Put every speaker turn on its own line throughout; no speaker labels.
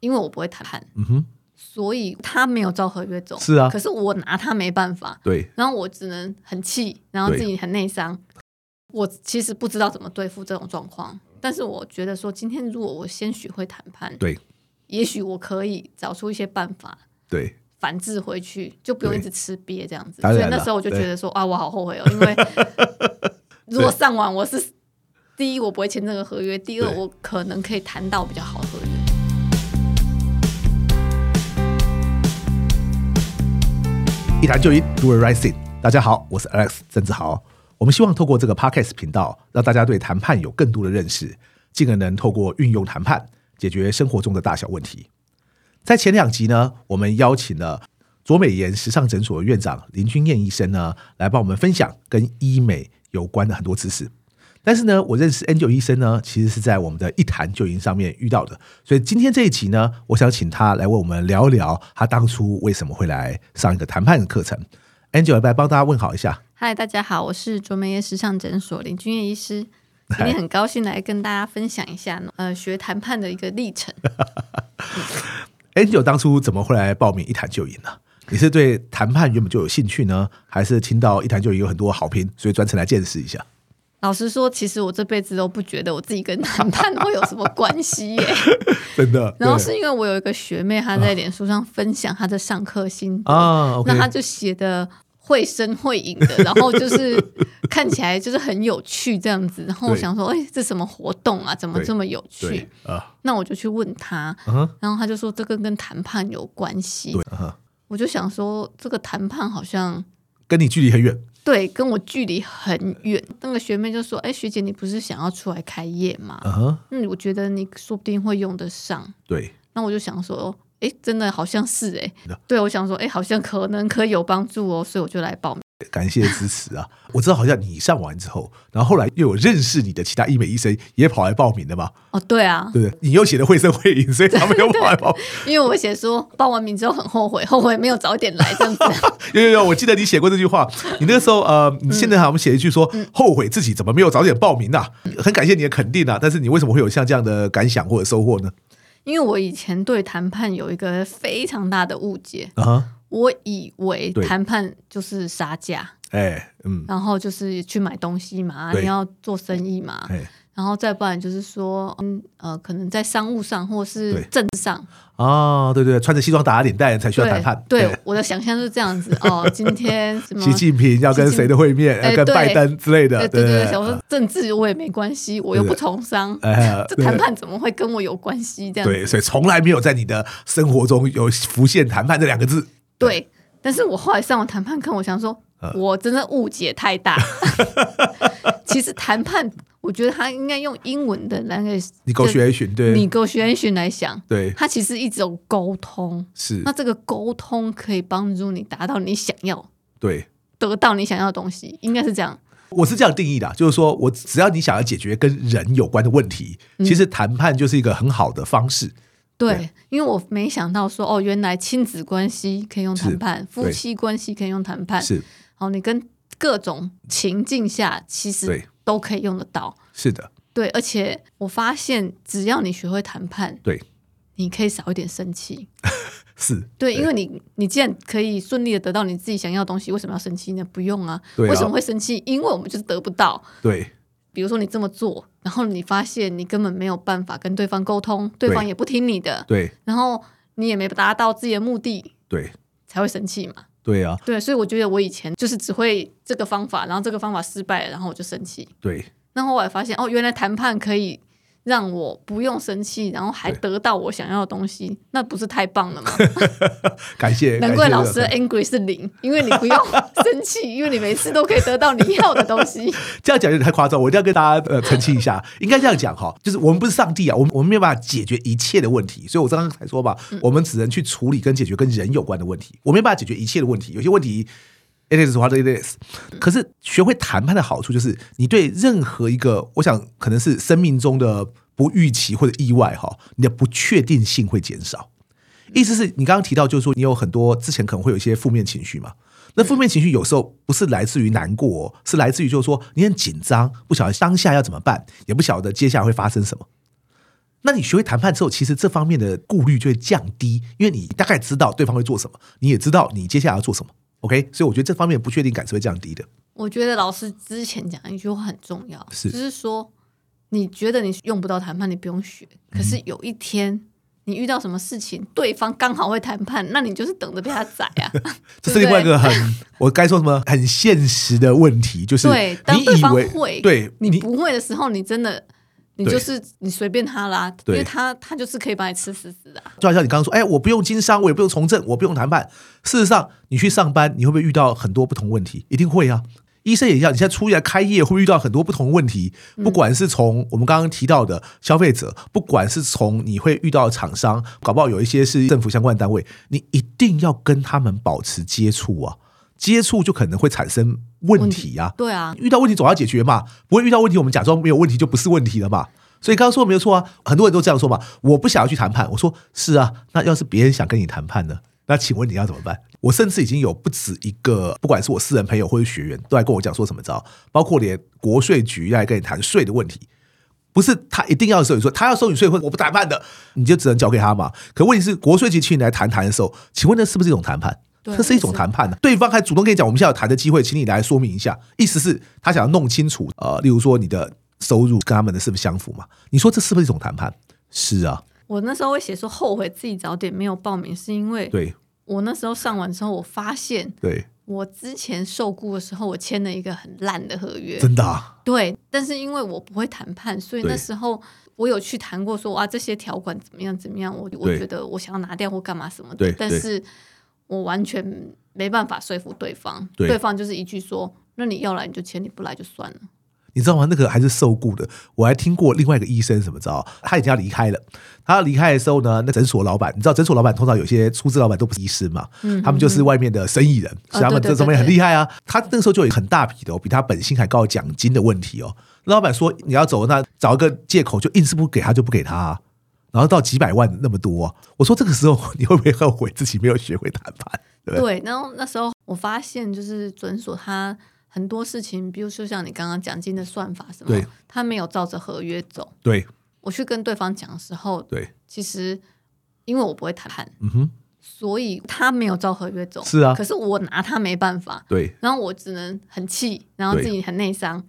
因为我不会谈判，
嗯哼，
所以他没有照合约走。
是啊
可是我拿他没办法，
对，
然后我只能很气，然后自己很内伤。我其实不知道怎么对付这种状况，但是我觉得说，今天如果我先学会谈判，
对，
也许我可以找出一些办法
对，
反制回去，就不用
对
一直吃瘪这样子。
当
所
然
以
了
那时候我就觉得说啊，我好后悔哦，因 为如果上网，我是第一我不会签这个合约，第二
对
我可能可以谈到比较好的合约。
一谈就赢，Do it right thing。大家好，我是 Alex 郑志豪。我们希望透过这个 Podcast 频道，让大家对谈判有更多的认识，进而能透过运用谈判解决生活中的大小问题。在前两集呢，我们邀请了卓美妍时尚诊所的院长林君燕医生呢，来帮我们分享跟医美有关的很多知识。但是呢，我认识 Angel 医生呢，其实是在我们的一谈就赢上面遇到的。所以今天这一集呢，我想请他来为我们聊一聊他当初为什么会来上一个谈判的课程。Angel 要不要帮大家问好一下？
嗨，大家好，我是卓美业时尚诊所林君叶医师。今天很高兴来跟大家分享一下呃学谈判的一个历程。
Angel 当初怎么会来报名一谈就赢呢？你是对谈判原本就有兴趣呢，还是听到一谈就赢有很多好评，所以专程来见识一下？
老实说，其实我这辈子都不觉得我自己跟谈判会有什么关系 耶。
真的？
然后
对
是因为我有一个学妹，她在脸书上分享她的上课心得，
啊，OK，
那她就写的会声会影 的，然后就是看起来就是很有趣这样子。然后我
对
想说，哎、这什么活动啊？怎么
对
这么有趣
对？啊，
那我就去问她，
嗯哼
然后她就说这个跟谈判有关系。
对，嗯哼
我就想说，这个谈判好像
跟你距离很远，
对跟我距离很远。那个学妹就说：“哎，学姐，你不是想要出来开业吗？
嗯哼，
嗯，我觉得你说不定会用得上。
对，”
那我就想说。哎，真的好像是哎
是的，
对我想说，哎，好像可能可以有帮助哦，所以我就来报名。
感谢支持啊！我知道好像你上完之后，然后后来又有认识你的其他医美医生也跑来报名的嘛，
哦，对啊，
对不对？你又写的绘声绘影，所以他们又跑来报名。
因为我写说报完名之后很后悔，后悔没有早点来这样 子。
有有有，我记得你写过这句话。你那个时候呃，你现在好像写一句说、
嗯
后悔自己怎么没有早点报名呐、很感谢你的肯定啊，但是你为什么会有像这样的感想或者收获呢？
因为我以前对谈判有一个非常大的误解，
啊哈，
我以为
对
谈判就是杀价，
哎，嗯，
然后就是去买东西嘛，
对
你要做生意嘛，
哎
然后再不然就是说，嗯呃，可能在商务上或是
对
政治上，
啊，对对，穿着西装打领带才需要谈判。
对对，我的想象就是这样子 哦。今天什么
习？近平要跟谁的会面？
哎
要跟
对
拜登之类的。
对对
对
对，想说政治我也没关系，我又
对
不
对
从商，
哎，
这
对
谈判怎么会跟我有关系？这样
对，所以从来没有在你的生活中有浮现“谈判”这两个字。
对，但是我后来上网谈判课，我想说，
呃
我真的误解太大。 其实谈判，我觉得他应该用英文的那个
你狗血循对，
negotiation 来想，
对，嗯
它其实一直有沟通。
是
那，这个沟通可以帮助你达到你想要
对。
得到你想要的东西，应该是这样。
我是这样定义的，就是说我只要你想要解决跟人有关的问题，
嗯
其实谈判就是一个很好的方式。
对，
对
因为我没想到说哦，原来亲子关系可以用
是
谈判，夫
对
妻关系可以用谈判，
是，
哦，你跟各种情境下其
对
实都可以用得到。
是的，
对，而且我发现，只要你学会谈判，
对，
你可以少一点生气。
是，
对，因为你你既然可以顺利的得到你自己想要的东西，为什么要生气呢？不用啊，
对啊
为什么会生气？因为我们就是得不到。
对，
比如说你这么做，然后你发现你根本没有办法跟对方沟通，对方也不听你的，
对，
然后你也没达到自己的目的，
对，
才会生气嘛。
对啊，
对，所以我觉得我以前就是只会这个方法，然后这个方法失败了，然后我就生气。
对，
然后我还发现哦，原来谈判可以让我不用生气，然后还
对
得到我想要的东西，那不是太棒 了吗？
感谢，
难怪
感谢
老师的 angry 是零，因为你不用 生气，因为你每次都可以得到你要的东西。
这样讲有点太夸张，我一定要跟大家呃澄清一下， 应该这样讲哈，就是我们不是上帝啊，我们我们没有办法解决一切的问题，所以我刚刚才说吧，我们只能去处理跟解决跟人有关的问题，我没有办法解决一切的问题，有些问题。It is what it is。可是学会谈判的好处就是，你对任何一个，我想可能是生命中的不预期或者意外哈，你的不确定性会减少。意思是你刚刚提到，就是说你有很多之前可能会有一些负面情绪嘛。那负面情绪有时候不是来自于难过、哦，是来自于就是说你很紧张，不晓得当下要怎么办，也不晓得接下来会发生什么。那你学会谈判之后，其实这方面的顾虑就会降低，因为你大概知道对方会做什么，你也知道你接下来要做什么。OK，所以我觉得这方面的不确定感是会降低的。
我觉得老师之前讲一句话很重要，
是
就是说，你觉得你用不到谈判，你不用学。可
嗯
是有一天，你遇到什么事情，对方刚好会谈判，那你就是等着被他宰啊！
这是另外一个很，我该说什么很现实的问题，就是
对，当
你
对
以
方
为
会，
对
你
你
不会的时候，你真的。你
对
就是你随便他啦，因
对
为他他就是可以把你吃死死的啊、
就好像你刚刚说，哎，我不用经商，我也不用从政，我不用谈判。事实上，你去上班，你会不会遇到很多不同问题？一定会啊。医生也一样，你现在出来开业，会不会遇到很多不同问题？不管是从我们刚刚提到的消费者，不管是从你会遇到厂商，搞不好有一些是政府相关的单位，你一定要跟他们保持接触啊，接触就可能会产生问题啊。
对啊，
遇到问题总要解决嘛，不会遇到问题我们假装没有问题就不是问题了嘛。所以刚刚说的没有错啊，很多人都这样说嘛，我不想要去谈判。我说是啊，那要是别人想跟你谈判呢？那请问你要怎么办？我甚至已经有不止一个，不管是我私人朋友或者学员，都来跟我讲说什么招，包括连国税局来跟你谈税的问题，不是他一定要收你税，他要收你税，或者我不谈判的，你就只能交给他嘛。可问题是，国税局请你来谈谈的时候，请问那是不是一种谈判？
对
这是一种谈判呢、啊对方还主动跟你讲，我们现在有谈的机会，请你来说明一下，意思是他想要弄清楚，呃，例如说你的收入跟他们的是不是相符嘛？你说这是不是一种谈判？是啊，
我那时候会写说后悔自己早点没有报名，是因为
对
我那时候上完之后，我发现
对，
我之前受雇的时候，我签了一个很烂的合约。
真的啊，
对，但是因为我不会谈判，所以
对
那时候我有去谈过说啊这些条款怎么样怎么样，我我
对
觉得我想要拿掉或干嘛什么
对
的，但
对
是我完全没办法说服对方，
对
方就是一句说。那你要来你就签，你不来就算了。
你知道吗？那个还是受雇的，我还听过另外一个医生怎么着，他已经要离开了。他要离开的时候呢，那诊所老板，你知道诊所老板通常有些出资老板都不是医师嘛，
嗯
他们就是外面的生意人，所以他们
对
这
对
方面
对
很厉害啊。他那个时候就有很大笔的、哦，比他本薪还高的奖金的问题哦。那老板说你要走，那找一个借口就硬是不给他，就不给他、啊。然后到几百万那么多啊、我说这个时候你会不会后悔自己没有学会谈判？对不对？
对，然后那时候我发现，就是诊所它很多事情，比如说像你刚刚讲金的算法什
对
么，它没有照着合约走。
对
我去跟对方讲的时候，
对，
其实因为我不会谈判，
嗯哼，
所以他没有照合约走。
是啊
可是我拿他没办法，
对
然后我只能很气，然后
对
自己很内伤。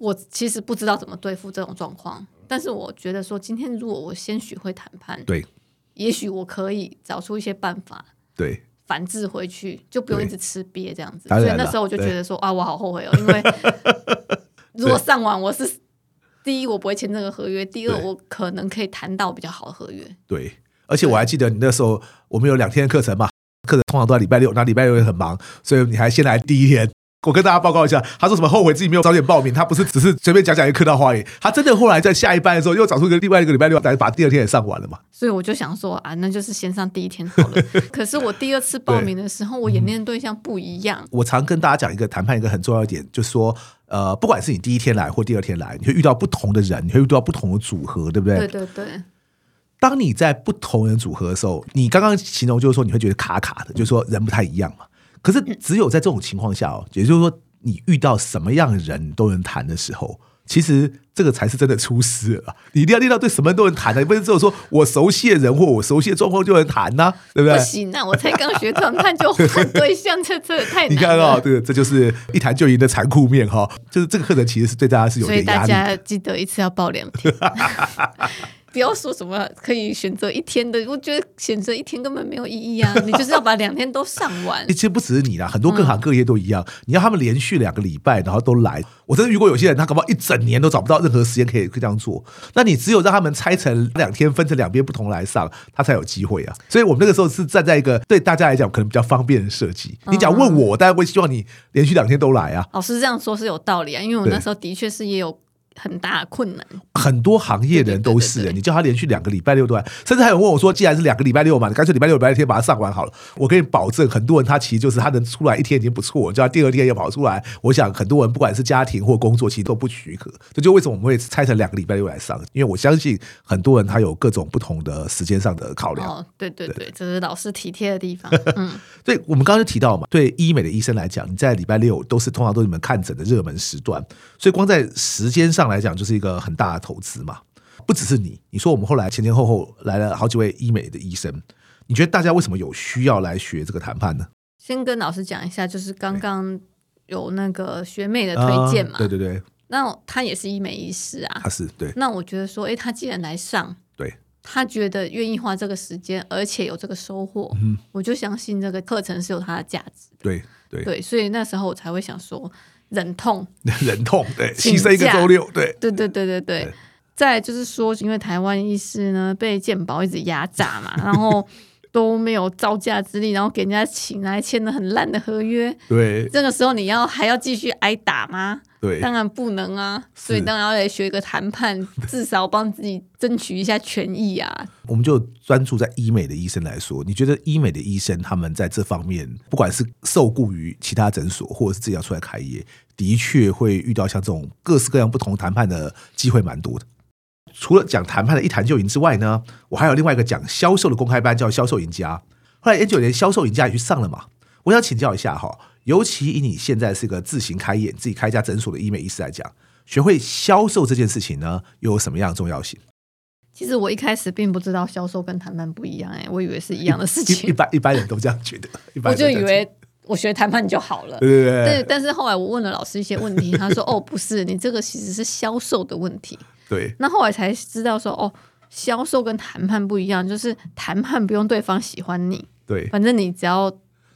我其实不知道怎么对付这种状况，但是我觉得说，今天如果我先学会谈判，
对
也许我可以找出一些办法
对，
反制回去，就不用
对
一直吃瘪这样子。
当
所
然
以那
了
时候我就
对
觉得说啊，我好后悔哦，因 为如果上网我是。第一，我不会签这个合约；第二，
对
我可能可以谈到比较好的合约。
对，而且我还记得你那时候我们有两天的课程嘛，课程通常都在礼拜六，那礼拜六也很忙，所以你还先来第一天。我跟大家报告一下，他说什么后悔自己没有早点报名，他不是只是随便讲讲一个客套话而已，他真的后来在下一班的时候又找出一个另外一个礼拜六来把第二天也上完了嘛。
所以我就想说啊，那就是先上第一天好 了。可是我第二次报名的时候，我演练对象不一样。
我常跟大家讲一个谈判一个很重要一点，就是说，呃，不管是你第一天来或第二天来，你会遇到不同的人，你会遇到不同的组合，对不
对对对，
当你在不同人组合的时候，你刚刚形容就是说你会觉得卡卡
嗯
的，就是说人不太一样嘛。可是只有在这种情况下
嗯
哦，也就是说你遇到什么样的人都能谈的时候，其实这个才是真的出师了啊。你一定要练到对什么人都能谈的，你不是只有说我熟悉的人或我熟悉的状况就能谈呐、对不
不
对？
行啊！我才刚学谈判就换对象，这这也太
你
难
看啊、
了
哦，。对，这就是一谈就赢的残酷面哈、就是这个课程其实是对大家是有
所
点
以
压
大
力的。
家记得一次要报两天， 不要说什么可以选择一天的，我觉得选择一天根本没有意义 啊！你就是要把两天都上完
其。实不只是你啦，很多各行各业都一样。你要他们连续两个礼拜，然后都来，我真的遇过有些人，他搞不好一整年都找不到任何时间可以可以这样做。那你只有让他们拆成两天，分成两边不同来上，他才有机会啊。所以我们那个时候是站在一个对大家来讲可能比较方便的设计。你讲问我，我当然会希望你连续两天都来啊。
老师这样说是有道理啊，因为我
对
那时候的确是也有很大的困难。
很多行业的人都是
对对对对
你叫他连续两个礼拜六都来，甚至还有人问我说，既然是两个礼拜六嘛，你干脆礼拜六、礼拜天把它上完好了。我跟你保证，很多人他其实就是他能出来一天已经不错，叫他第二天也跑出来。我想很多人不管是家庭或工作，其实都不许可。这就为什么我们会拆成两个礼拜六来上，因为我相信很多人他有各种不同的时间上的考量。
哦，对对对，这是老师体贴的地 方。嗯，
所以我们刚刚就提到嘛，对医美的医生来讲，你在礼拜六都是通常都是你们看诊的热门时段，所以光在时间上来讲就是一个很大的投资嘛。不只是你，你说我们后来前前后后来了好几位医美的医生，你觉得大家为什么有需要来学这个谈判呢？
先跟老师讲一下，就是刚刚有那个学妹的推荐嘛，
啊对对对，
那她也是医美医师啊
他，是对
那我觉得说，哎，她既然来上，
对，
她觉得愿意花这个时间，而且有这个收获，
嗯
我就相信这个课程是有它的价值。
对对，
对，所以那时候我才会想说，忍痛，
忍痛，对，
请
牺牲一个
假
周六，对，
对对对对对
对。
再来就是说，因为台湾医师呢被健保一直压榨嘛，然后 都没有招架之力，然后给人家请来签了很烂的合约，
对
这个时候你要还要继续挨打吗？
对
当然不能啊，
是
所以当然要来学一个谈判，至少帮自己争取一下权益啊。
我们就专注在医美的医生来说，你觉得医美的医生他们在这方面，不管是受雇于其他诊所，或者是自己要出来开业，的确会遇到像这种各式各样不同谈判的机会蛮多的。除了讲谈判的一谈就赢之外呢，我还有另外一个讲销售的公开班，叫销售赢家。后来 N 九年销售赢家也去上了嘛。我想请教一下哈，尤其以你现在是个自行开业、自己开一家诊所的医美医师来讲，学会销售这件事情呢，又有什么样的重要性？
其实我一开始并不知道销售跟谈判不一样、哎，我以为是一样的事
一 一
情，
般一般人都这样觉得，一般
我就
人都这样
以
觉得
为我学谈判就好了。
对对
对，
对
但是后来我问了老师一些问 题，他说：“哦，不是，你这个其实是销售的问题。
对”
那后来才知道说，哦，销售跟谈判不一样，就是谈判不用对方喜欢你，
对，嗯
反正你只要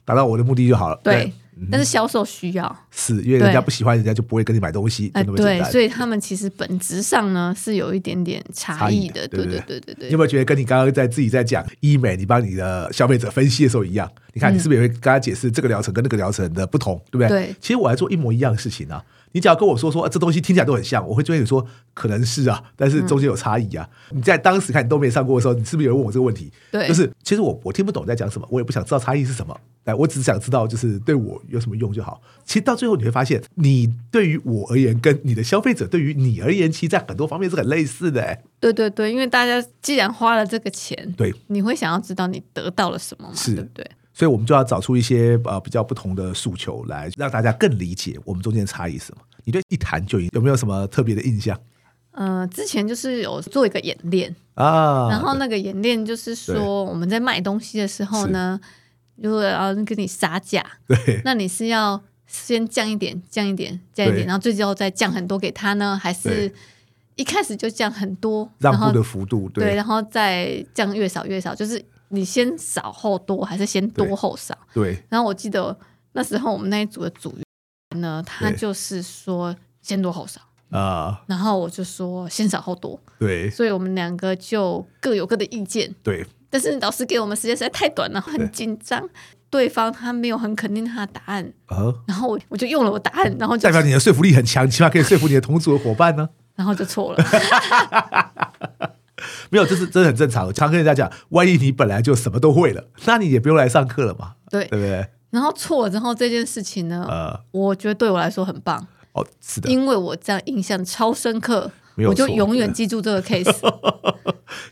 达到我的目的就好了。
对，但是销售需要。
是因为人家
对
不喜欢，人家就不会跟你买东西，就
哎，
那么简
对，
单。
所以他们其实本质上呢是有一点点差异的，
差异的对
对
对
对对对
你有
对。
没有觉得跟你刚刚在自己在讲医美，你帮你的消费者分析的时候一样？你看你是不是也会跟他解释这个疗程跟那个疗程的不同，对不对？
对
其实我来做一模一样的事情啊。你只要跟我说说、啊这东西听起来都很像，我会追你说可能是啊，但是中间有差异啊。你在当时看你都没上过的时候，你是不是有人问我这个问题？
对
就是其实我我听不懂你在讲什么，我也不想知道差异是什么，哎，我只想知道就是对我有什么用就好。其实到最后你会发现，你对于我而言，跟你的消费者对于你而言，其实在很多方面是很类似的、哎，
对对对，因为大家既然花了这个钱，
对，
你会想要知道你得到了什么嘛，
是
对不对？
所以我们就要找出一些呃比较不同的诉求来，让大家更理解我们中间的差异是什么。你对一谈就赢有没有什么特别的印象
呃，之前就是有做一个演练，
啊？
然后那个演练就是
对
说我们在卖东西的时候呢，如果要跟你杀价，
对
那你是要先降一点，降一点，降一
对
点，然后最后再降很多给他呢，还是
对
一开始就降很多，
让
然后
步的幅度，
对，
对
然后再降越少越少，就是你先少后多，还是先
对
多后少？
对
然后我记得那时候我们那一组的组员呢，他
对
就是说先多后少，
啊，
然后我就说先少后多，
对
所以我们两个就各有各的意见。
对
但是老师给我们时间实在太短了，
对
很紧张。对方他没有很肯定他的答案，
啊，
然后我我就用了我答案，然后就
代表你的说服力很强，起码可以说服你的同组的伙伴呢、
然后就错 了。
没有，这是这是很正常的。常跟人家讲，万一你本来就什么都会了，那你也不用来上课了嘛，
对
对不对？
然后错了之后这件事情呢，
呃，
我觉得对我来说很棒，
哦，是的，
因为我这样印象超深刻
没，有
我就
错
永远记住这个 case。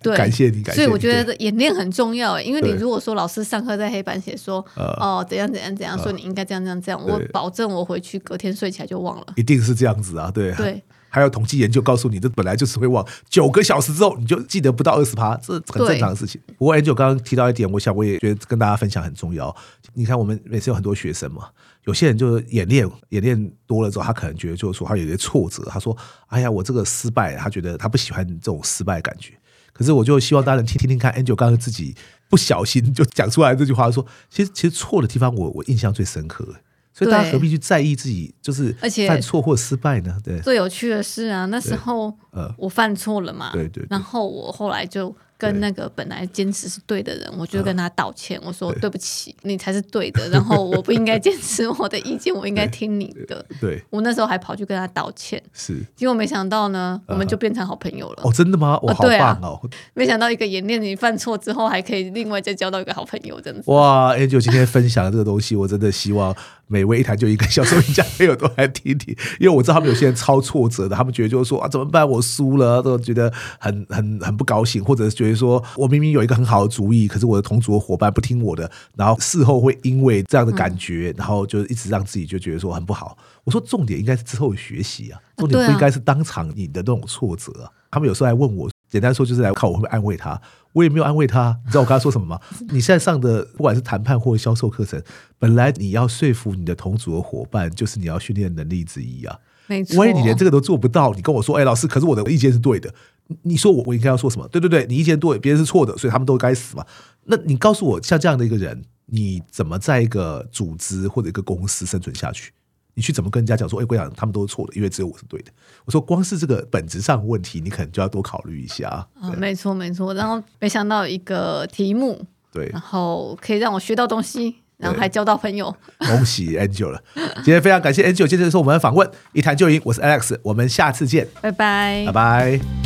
对，
感谢你，感谢你。
所以我觉
对
得演练很重要诶，因为你
对
如果说老师上课在黑板写说
呃
哦怎样怎样怎样，说你应该这样这样这样，我
对
保证我回去隔天睡起来就忘了。
一定是这样子啊，对
对。
还有统计研究告诉你，这本来就是会忘，九个小时之后你就记得不到二十趴，这很正常的事情。不过 a n g e 刚刚提到一点，我想我也觉得跟大家分享很重要。你看，我们每次有很多学生嘛，有些人就演练演练多了之后，他可能觉得就是说他有些挫折，他说：“哎呀，我这个失败，他觉得他不喜欢这种失败的感觉。”可是我就希望大家能听听听看 a n g e 刚刚自己不小心就讲出来这句话，说：“其实其实错的地方我，我印象最深刻。”所以大家
对
何必去在意自己就是
而且
犯错或失败呢？对，
最有趣的是啊，那时候
呃
我犯错了嘛，
对对对
然后我后来就跟那个本来坚持是对的人，我就跟他道歉，我说对不起，你才是对的，然后我不应该坚持我的意见，我应该听你的。
对，
我那时候还跑去跟他道歉，
是
结果没想到呢，我们就变成好朋友了。
嗯哦，真的吗？我
哦
好
对啊
棒哦！
没想到一个演练，你犯错之后还可以另外再交到一个好朋友，这样子。
哇，Angel 今天分享的这个东西，我真的希望每位一谈就一个小说赢家朋友都来听听，因为我知道他们有些人超挫折的，他们觉得就是说啊怎么办，我输了，都觉得很很很不高兴，或者是觉得说我明明有一个很好的主意，可是我的同组的伙伴不听我的，然后事后会因为这样的
嗯
感觉，然后就一直让自己就觉得说很不好。我说重点应该是之后的学习啊，重点
对
不
啊
应该是当场你的那种挫折啊、他们有时候还问我，简单说就是来看我会不会安慰他。我也没有安慰他，你知道我跟他说什么吗？你现在上的不管是谈判或销售课程，本来你要说服你的同组的伙伴，就是你要训练的能力之一啊。
没错。
万一你连这个都做不到，你跟我说，哎、老师，可是我的意见是对的，你你说我我应该要说什么？对对对，你意见对，别人是错的，所以他们都该死嘛。那你告诉我，像这样的一个人，你怎么在一个组织或者一个公司生存下去？你去怎么跟人家讲说，哎、我跟你讲，他们都是错的，因为只有我是对的。我说，光是这个本质上的问题，你可能就要多考虑一下。
啊，没错没错。然后没想到一个题目，
对
然，后可以让我学到东西，然后还交到朋友。
恭喜 Angel 了。今天非常感谢 Angel 接受我们的访问，一谈就赢。我是 Alex，我们下次见，
拜拜
拜。拜。